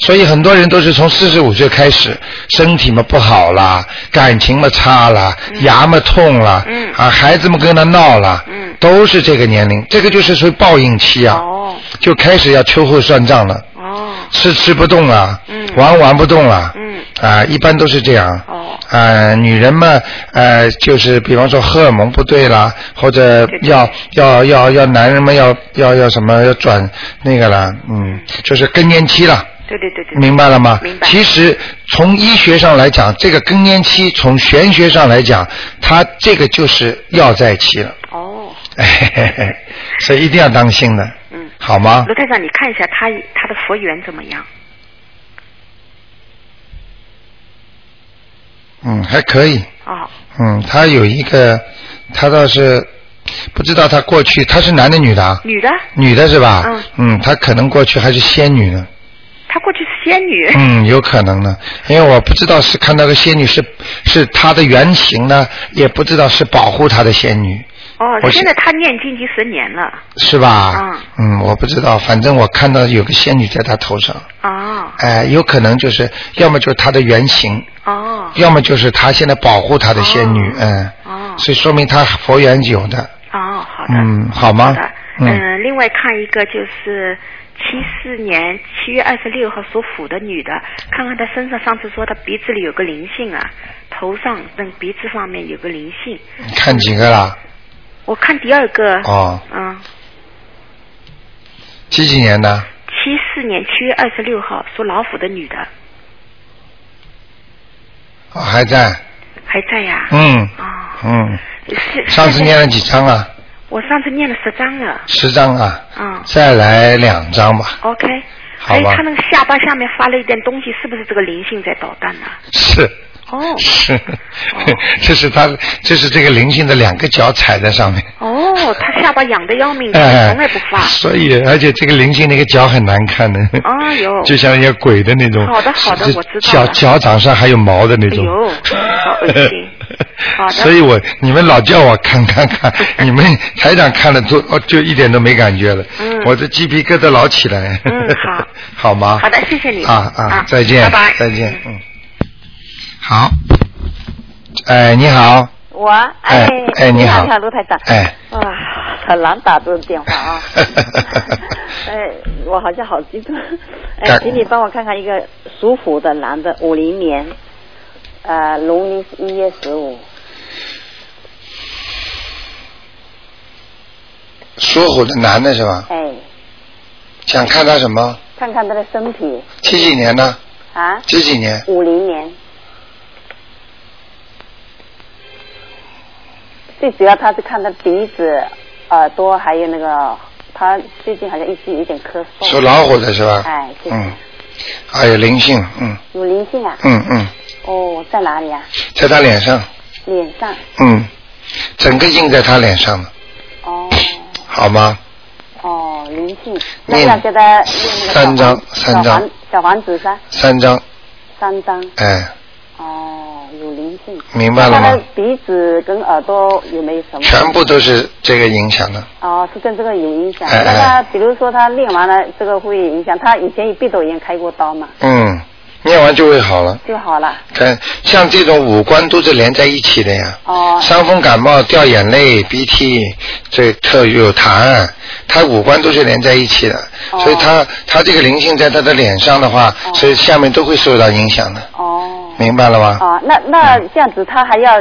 所以很多人都是从四十五岁开始，身体嘛不好啦，感情嘛差啦，牙嘛痛啦，
嗯
啊孩子们跟他闹啦，
嗯
都是这个年龄，这个就是属于报应期啊，
哦，
就开始要秋后算账了，
哦，
吃吃不动啊，
嗯
玩玩不动啊，
嗯，
啊一般都是这样，
哦，
呃，女人嘛，呃，就是比方说荷尔蒙不对啦，或者
对对
要要要要男人们要要要什么要转那个啦，嗯，就是更年期了。
对对对对，
明白了吗？
明白
其实从医学上来讲，这个更年期；从玄学上来讲，它这个就是要债期了，
哦，
所以一定要当心的，
嗯，
好吗？
罗台长，你看一下他他的佛缘怎么样？
嗯，还可以。
哦，
嗯，他有一个，他倒是不知道他过去他是男的女的啊？
女的，
女的是吧？
嗯
嗯，他可能过去还是仙女 呢。
她过去是仙女。
嗯，有可能呢，因为我不知道是看到个仙女是是她的原型呢，也不知道是保护她的仙女。
哦，
我是
现在她念经已经十年了。
是吧？嗯，我不知道，反正我看到有个仙女在她头上，
哦
哎，有可能就是要么就是她的原型，
哦
要么就是她现在保护她的仙女，
哦
嗯，
哦
所以说明她佛缘有的，
哦，好的。
嗯，好吗
好的，？
嗯，
嗯，另外看一个就是七四年七月二十六号属虎的女的，看看她身上，上次说她鼻子里有个灵性啊，头上跟鼻子方面有个灵性。
你看几个啦？
我看第二个，
哦，
嗯，
几几年的？
七四年七月二十六号属老虎的女的
哦，还在，
还在呀？
嗯
啊、
嗯，
是
上次
现在
念了几张啊？
我上次念了十张了，
十张啊，
嗯
再来两张吧。
，OK。
好吧
还有她那个下巴下面发了一点东西，是不是这个灵性在捣蛋呢、
是
哦
是， 这是他，这是这个灵性的两个脚踩在上面。
哦，她下巴痒的要命，
哎，
从来不发。
所以，而且这个灵性那个脚很难看的。
哎呦
就像人家鬼的那种。
好的好的
这
我知道
脚
了
脚掌上还有毛的那种。
哎呦好恶 心好的
所以我你们老叫我看看 看，你们台长看了都哦就一点都没感觉了。
嗯
我的鸡皮疙瘩老起来。
嗯好
好吗？
好的谢谢你
啊啊
啊，
再见。
拜拜
再见。嗯。好。哎，你好。
我
哎哎，你好。
卢台长，
哎。！
哇，很难打这种电话啊哎，我好像好激动。哎
干，
请你帮我看看一个属虎的男的，五零年，呃，农历一月十五，
属虎的男的是吧？
哎，
想看他什么？
看看他的身体
几几年呢？
啊，
几几年？
五零年。最主要他是看他鼻子、耳朵，还有那个他最近好像一直有点咳嗽。
属老虎的是吧？
哎对
嗯，还有灵性，嗯
有灵性啊？
嗯嗯，
哦，在哪里啊？
在他脸上，
脸上。
嗯，整个印在他脸上了，
哦
好吗？
哦，灵性，那
念
要给他念那个
三张
小
三
房
张
小房子三
三张，
三张，
哎，
哦，有灵性。
明白了
那他的
吗？
鼻子跟耳朵有没有什么？
全部都是这个影响的，
哦，是跟这个有影响。
哎哎
那他比如说他练完了，这个会影响。他以前有闭窦炎开过刀嘛，
嗯，念完就会好了。
就好了。
看，像这种五官都是连在一起的呀。
哦
伤风感冒、掉眼泪、鼻涕，这特有痰，它五官都是连在一起的，
哦
所以它它这个灵性在它的脸上的话，
哦
所以下面都会受到影响的，
哦。
明白了吗？
哦，那那
嗯
这样子，他还要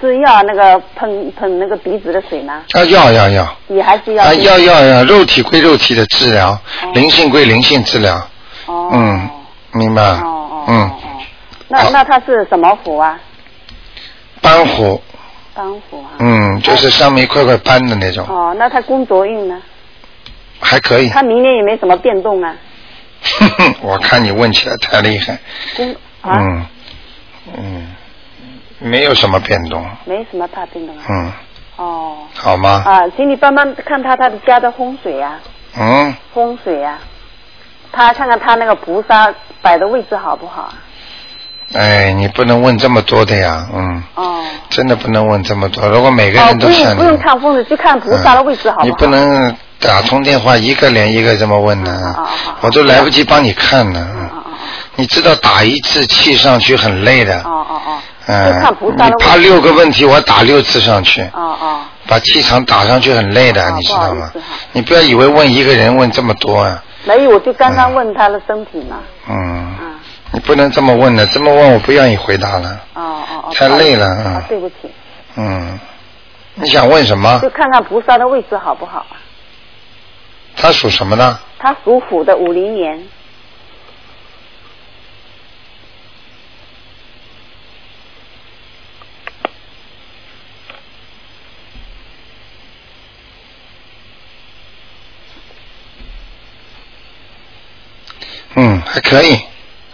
吃药，那个喷喷那个鼻子的水吗？
啊，要要要，
也还是要
啊
吃？
要要要，肉体归肉体的治疗，
哦
灵性归灵性治疗，
哦。
嗯，明白
哦
了？
哦
嗯
哦，哦。那那他是什么虎啊？
斑虎，
当虎啊。
嗯，就是上面一块块斑的那种，
哦，那他工作运呢？
嗯还可以。
他明年也没什么变动啊。
我看你问起来太厉害。嗯
工啊，
嗯，嗯，没有什么变动，
没什么大变动啊。
嗯，
哦。
好吗？
啊，请你帮忙看他他的家的风水啊，
嗯，
风水啊，他看看他那个菩萨摆的位置好啊不好？
哎，你不能问这么多的呀，嗯，
哦。
真的不能问这么多。如果每个
哦，
人
不
都像
用
你，
不用看风水，就看菩萨的位置好
你
不好？
不能打通电话一个连一个这么问呢，
啊
我都来不及帮你看呢。嗯你知道打一次气上去很累的。
哦哦哦。
嗯
就看菩，
你
萨的位置
他六个问题，我打六次上去，
哦哦啊
把气场打上去很累的，你知道吗？你不要以为问一个人问这么多啊，
没有，我就刚刚问他的身体嘛。
嗯，你不能这么问的，这么问我不愿意回答了，
哦哦哦。
太累了
啊，
啊，
对嗯不起。
嗯，你想问什么
就？看看菩萨的位置好不好？
他属什么呢？
他属虎的，五零年。
嗯，还可以，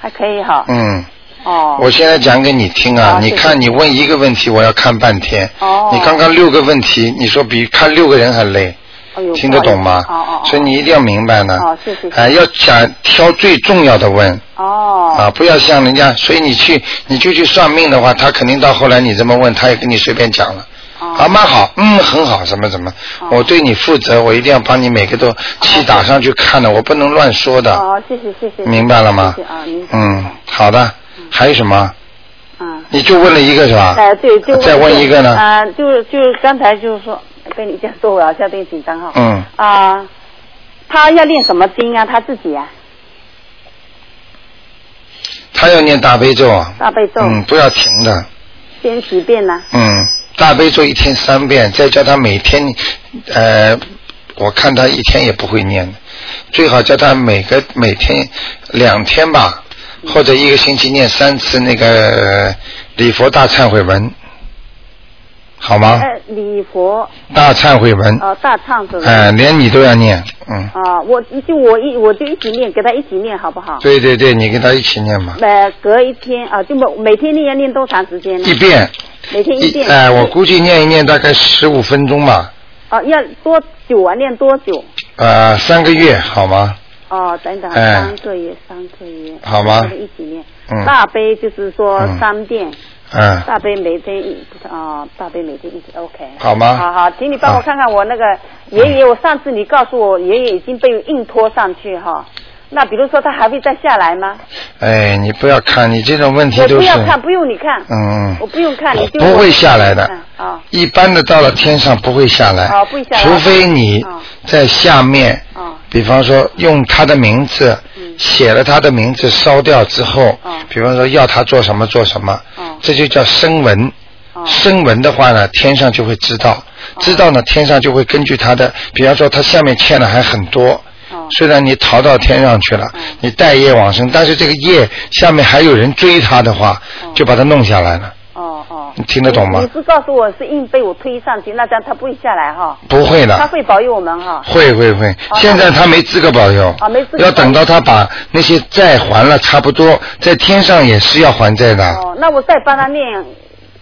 还可以哈。
嗯。
哦。
我现在讲给你听啊，
哦
你
谢谢
看你问一个问题，我要看半天。
哦
你刚刚六个问题，你说比看六个人还累，
哎呦
听得懂吗？
不好意思哦哦哦
所以你一定要明白呢。
哦谢谢
哎、要讲挑最重要的问。
哦。
啊，不要像人家，所以你去你就去算命的话，他肯定到后来你这么问，他也跟你随便讲了。
哦
啊，蛮好，嗯，很好，什么什么，我对你负责，我一定要帮你每个都气打上去看的，我不能乱说的。
哦，谢谢谢谢。
啊明白了吗
谢谢啊，明白。
嗯，好的，还有什么？
嗯。
你就问了一个是吧？
啊
哎，对，就
再问一个呢
啊，就是就是刚才就是说被你这样说，我好像有点紧张哈。
嗯，
啊，他要练什么经啊？他自己啊，
他要念大悲咒啊，
大悲咒
嗯，不要停的，
先几遍呢？
嗯，大悲咒一天三遍，再叫他每天，呃，我看他一天也不会念的，最好叫他每个每天两天吧，或者一个星期念三次那个呃礼佛大忏悔文，好吗？
呃，礼佛。
大忏悔文，
哦，大忏悔
嗯
文。
哎、连你都要念，嗯，
啊，我就我一我就一起念，给他一起念好不好？
对对对，你跟他一起念吧，
呃，隔一天啊，就每每天念要念多长时间呢？
一遍，
每天一
一
遍。
哎、我估计念一念大概十五分钟吧。
哦，要多久啊？念多久？
呃，三个月好吗？
哦，等等，
哎
三个月，三个月。
好吗
我们一起念。
嗯
大悲就是说
嗯
三遍，
嗯，
大悲每天一啊、大悲每天一起 OK。
好嗯吗
好好，请你帮我看看我那个爷爷，我上次你告诉我爷爷已经被硬拖上去哈，那比如说他还会再下来吗？
哎，你不要看，你这种问题
我
都
不
是，
要看，不用你看，
嗯，
我不用看，你就
不会下来的
嗯啊
一般的到了天上不会下来，
啊，不会下来，哦
除非你在下面，
啊
比方说用他的名字、
嗯
写了他的名字烧掉之后，
哦
比方说要他做什么做什么，这就叫声闻。
哦
声闻的话呢，天上就会知道，知道呢，天上就会根据他的，比方说他下面欠的还很多，
哦
虽然你逃到天上去了，你带业往生，但是这个业下面还有人追他的话，就把他弄下来了。
哦哦。
你听得懂吗
你？你是告诉我是硬被我推上去，那这样他不会下来哈？
不会的
他会保佑我们哈。
会会会，现在他没资格保佑，
啊没资格保佑
要等到他把那些债还了差不多，在天上也是要还债的，
哦，那我再帮他念，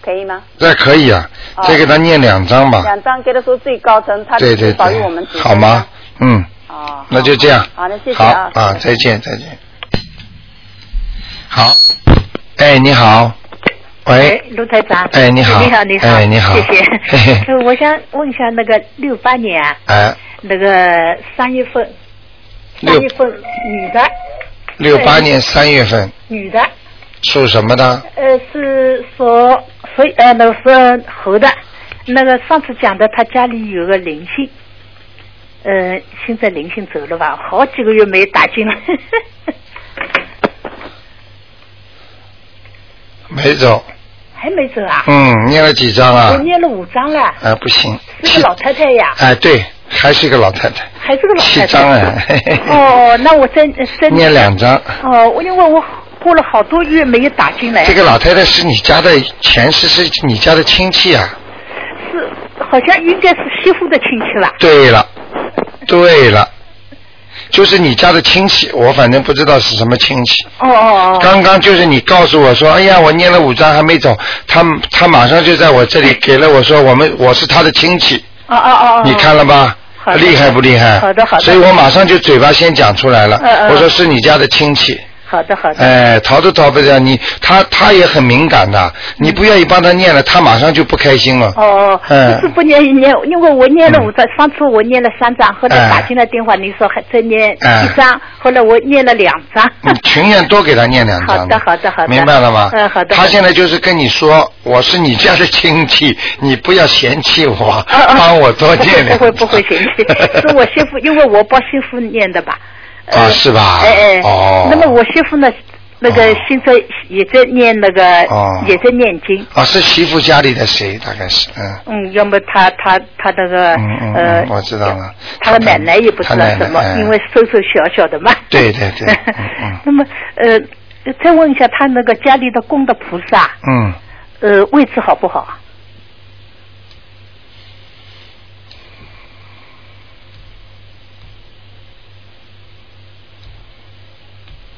可以吗？
那可以啊，
哦
再给他念两张吧，
两张给他说最高层，他
啊对
就
对
保佑我们
对，好吗？嗯，
哦，
那就这样，
好的，谢谢
好
啊。
啊，再见再见，好，哎你好，喂，，
卢台长。
哎你好
你好，你好，
哎你好
谢谢
嘿 嘿。
呃我想问一下，那个六八年啊，
哎
那个三月份，
六
三月份女的，
六八年三月份
女的，
属什么的？
呃，是说所以呃那个是猴的，那个上次讲的，他家里有个灵性，呃，现在灵性走了吧，好几个月没打进来。
没走，
还没走啊？
嗯，念了几张啊
我？念了五张了，
哎不行，
是个老太太呀，
哎对，还是一个老太太，
还是个老
七
太太。
张哎，嘿嘿嘿
哦，那我再再
念两张。
哦，我因为我过了好多月没有打进来。
这个老太太是你家的前世是你家的亲戚啊？
是好像应该是媳妇的亲戚吧？
对了，对了，就是你家的亲戚，我反正不知道是什么亲戚。
哦哦哦。
刚刚就是你告诉我说，哎呀，我念了五张还没走，他他马上就在我这里给了我说，我们我是他的亲戚，
哦哦哦哦。
你看了吧？
好的
厉害不厉害？
好的好的
所以我马上就嘴巴先讲出来了，
嗯嗯
我说是你家的亲戚。
好的好的。
哎，逃都逃不了，你他他也很敏感的，你不愿意帮他念了，他马上就不开心了。
嗯哦，
嗯
不是不念一念，因为我念了五张，上次我念了三张，后来
哎
打进来电话，你说还再念
哎
一张，后来我念了两张。
你情愿多给他念两张。
好的，好的，好的。
明白了吗？
嗯，好的。
他现在
好的
就是跟你说，我是你家的亲戚， 你不要嫌弃我，帮我多念两
哦 不会不会嫌 弃，是我媳妇，因为我帮媳妇念的吧。
啊，是吧？
哎哎。
哦。
那么我媳妇呢，那个现在也在念那个
哦，
也在念经。
啊，是媳妇家里的谁？大概是嗯。
嗯，要么她她她那个
嗯嗯
呃
嗯，，我知道了。
她的奶奶也不知
她
道
奶奶
什么
哎，
因为瘦瘦小小的嘛。
对对嗯对，
那么呃，再问一下，他那个家里的供的菩萨，
嗯，
呃，位置好不好啊？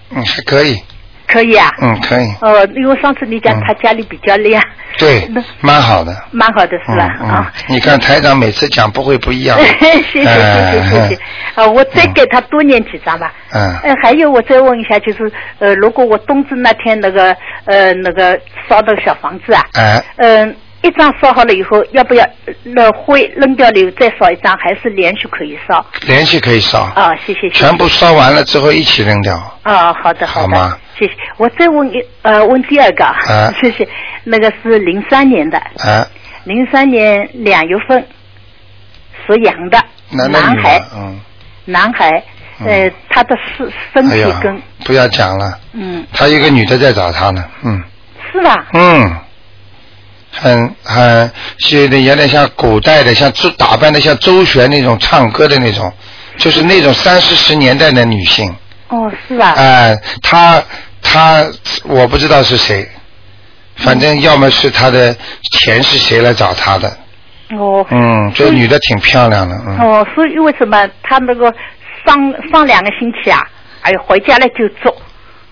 嗯，还可以，
可以啊。
嗯，可以，
哦，因为上次你讲
嗯
他家里比较亮，
对
那，
蛮好的。
蛮好的是
嗯
吧？。
嗯，你看台长每次讲不会不一样
谢谢谢谢谢谢
哎。
啊，我再给他多念几张吧。
嗯，
呃，还有我再问一下，就是呃，如果我冬至那天那个呃那个烧的小房子啊，
哎，
嗯、一张烧好了以后，要不要呃那灰扔掉了以后再烧一张，还是连续可以烧？
连续可以烧，
啊，谢谢谢谢。
全部烧完了之后一起扔掉，
啊，好的好
好
的，
吗？
谢谢。我再问一呃问第二个，
啊
谢谢。那个是零三年的，
哎，
零三年两月份，属羊的
男的
男
女
孩
的，，嗯，
男孩，呃，他的身身
哎
体
呀
跟、，
不要讲了，
嗯
他有一个女的在找他呢，嗯
是吧？
嗯，很很是有点像古代的，像周打扮的像周璇那种唱歌的那种，就是那种三四十年代的女性，
哦，是吧？
哎、她她我不知道是谁，反正要么是她的前是谁来找她的，
哦，
嗯，这女的挺漂亮的，嗯，
哦，所以为什么他那个上上两个星期啊，哎呦，回家了就做，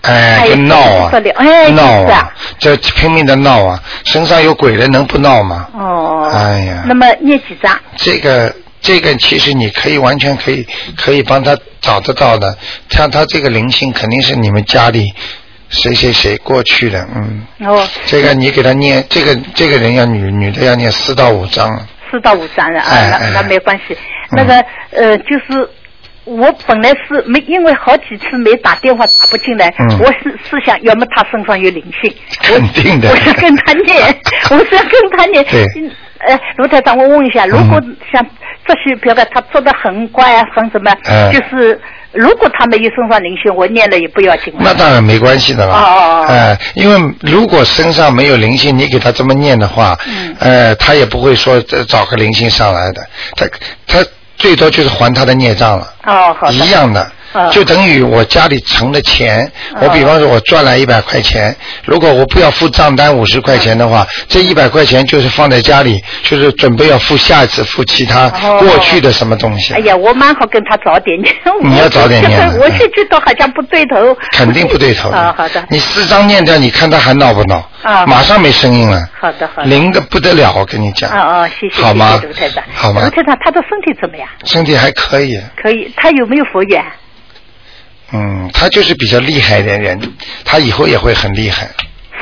哎，
哎
就
呀
闹啊
这不得了，哎
闹
就是
啊
啊，
这拼命的闹啊，身上有鬼的能不闹吗？
哦，
哎呀
那么念几张？
这个这个其实你可以完全可以可以帮他找得到的，像他这个灵性肯定是你们家里谁谁谁过去的，嗯，
哦，
这个你给他念，这个这个人要女女的要念四到五章，
四到五张了啊，
哎哎
那那没关系。
嗯
那个呃，就是我本来是没，因为好几次没打电话打不进来，
嗯
我是是想，要么他身上有灵性，
肯定的
我，想跟他 念，我想跟他念。
对嗯
嗯呃，卢台长，我问一下，如果像这些，比如说他做的很乖啊，很什么，
嗯
就是如果他没有身上灵性，我念了也不要紧了。
那当然没关系的啦。
哦哦哦
哎因为如果身上没有灵性，你给他这么念的话，
嗯
呃，他也不会说呃找个灵性上来的，他他最多就是还他的孽障了。
哦，好的。
一样的
嗯，
就等于我家里存的钱，
嗯
我比方说我赚来一百块钱，如果我不要付账单五十块钱的话，
嗯
这一百块钱就是放在家里，就是准备要付下一次付其他
哦
过去的什么东西
哎。呀，我蛮好跟他早点念。
你要早点 念
我觉得我
嗯
是觉得好像不对头。
肯定不对头的
啊，好的。
你四张念掉，你看他还闹不闹？
啊
马上没声音了，
好的，好的。
灵的不得了，我跟你讲。
哦哦，谢谢，
好吗
谢谢卢台长，
好吗
卢台长，他的身体怎么样？
身体还可以，
可以，他有没有佛 缘？
嗯，他就是比较厉害的人，他以后也会很厉害。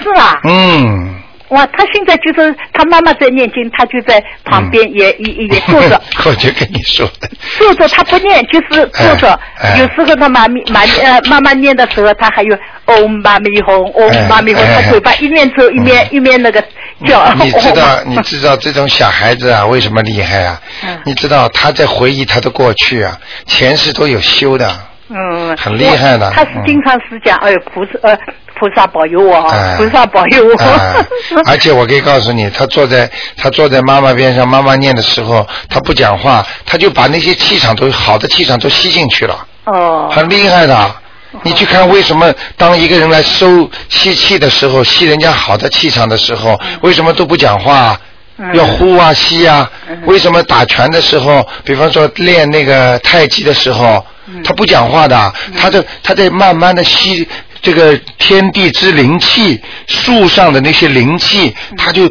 是吧？
嗯。
哇，他现在就是他妈妈在念经，他就在旁
嗯
边也、也也也坐 着，
我就跟你说的，
坐着他不念，就是坐着。
哎哎
有时候他妈咪妈 呃妈妈念的时候，他还有哦妈咪哄，哦妈咪
嗯
哄，
哎哎嗯
他嘴巴一面走一面、一面那个叫。
你知道
哦，
你知道这种小孩子啊，为什么厉害啊？
嗯
你知道他在回忆他的过去啊，前世都有修的。
嗯，
很厉害的
我他是
嗯
经常是讲，哎，菩萨呃菩萨保佑我
哎
啊，菩萨保佑我。
啊而且我可以告诉你，他坐在他坐在妈妈边上，妈妈念的时候，他不讲话，他就把那些气场都好的气场都吸进去了，
哦，
很厉害的。你去看，为什么当一个人来收吸气的时候，吸人家好的气场的时候，为什么都不讲话啊？
嗯
要呼啊吸啊
嗯。
为什么打拳的时候，比方说练那个太极的时候，
嗯
他不讲话的，他的他在慢慢的吸这个天地之灵气，树上的那些灵气，
嗯
他就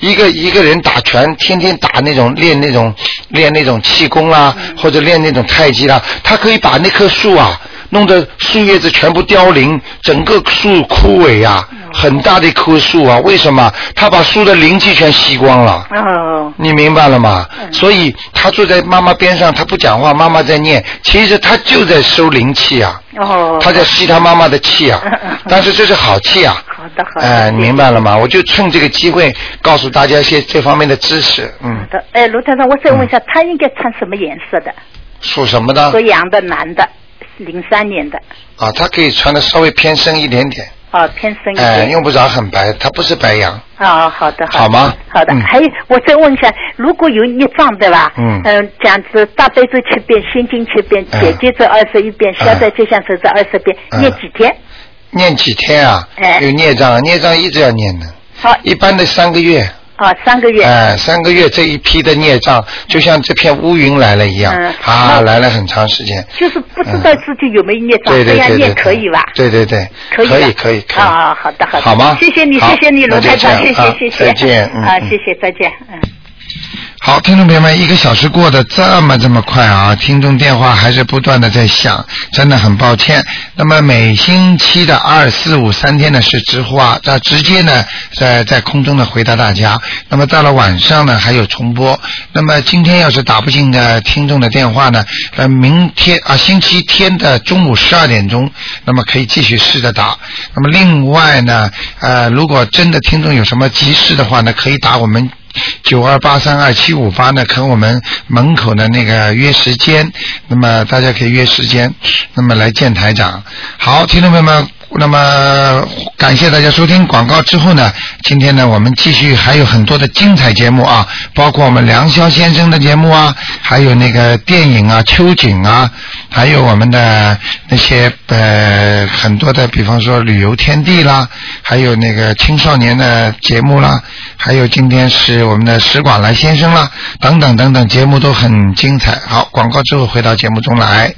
一个一个人打拳，天天打那种练那种练那种气功啦、
嗯
或者练那种太极啦，他可以把那棵树啊。弄得树叶子全部凋零，整个树枯萎啊，
嗯
很大的一棵树啊。为什么？他把树的灵气全吸光了。
哦，嗯
你明白了吗？所以他坐在妈妈边上，他不讲话，妈妈在念，其实他就在收灵气啊，
哦，嗯
他在吸他妈妈的气啊。但是这是好气啊。
好的，好的。
哎，你明白了吗？我就趁这个机会告诉大家一些这方面的知识。嗯，
好的。哎，卢台长，我再问一下，他应该穿什么颜色的？
属什么的
属？羊的男的，零三年的，
啊，他可以穿的稍微偏深一点点，
哦，偏深一
哎，
点。
用不着很白，他不是白羊，
哦，好的，
呃好
好的。
吗？
好的，还有我再问一下，如果有孽障对吧？
嗯
嗯，这样子大悲咒七遍，心经七遍，
嗯
姐姐咒二十一遍，消灾吉祥咒咒二十遍，
嗯
念几天？
念几天啊？
哎
有孽障，孽障一直要念的。
好，
一般的三个月。
哦，三个月。
哎，三个月这一批的孽障，就像这片乌云来了一样，
嗯
啊，
那
来了很长时间。
就是不知道自己有没有孽障，
对
这
对
样
对
念
对，
可以吧？
嗯对对对，
可以吧
以可以可以。
啊，好的好的，
好吗
谢谢你，
好
谢谢你，卢
那就
台长，
这样
谢谢
啊
谢谢，
再见嗯
啊，
嗯
谢谢，再见，嗯。
好，听众朋友们，一个小时过得这么这么快啊！听众电话还是不断的在响，真的很抱歉。那么每星期的二、四、五三天呢是直话，那直接呢在在空中呢回答大家。那么到了晚上呢还有重播。那么今天要是打不进的听众的电话呢，呃，明天啊星期天的中午十二点钟，那么可以继续试着打。那么另外呢，呃，如果真的听众有什么急事的话呢，可以打我们。九二八三二七五八呢，跟我们门口的那个约时间，那么大家可以约时间，那么来见台长。好，听众朋友们，那么感谢大家收听广告之后呢，今天呢我们继续还有很多的精彩节目啊，包括我们梁霄先生的节目啊，还有那个电影啊、秋瑾啊，还有我们的那些呃很多的，比方说旅游天地啦，还有那个青少年的节目啦，还有今天是我们的史广来先生啦，等等等等，节目都很精彩。好，广告之后回到节目中来。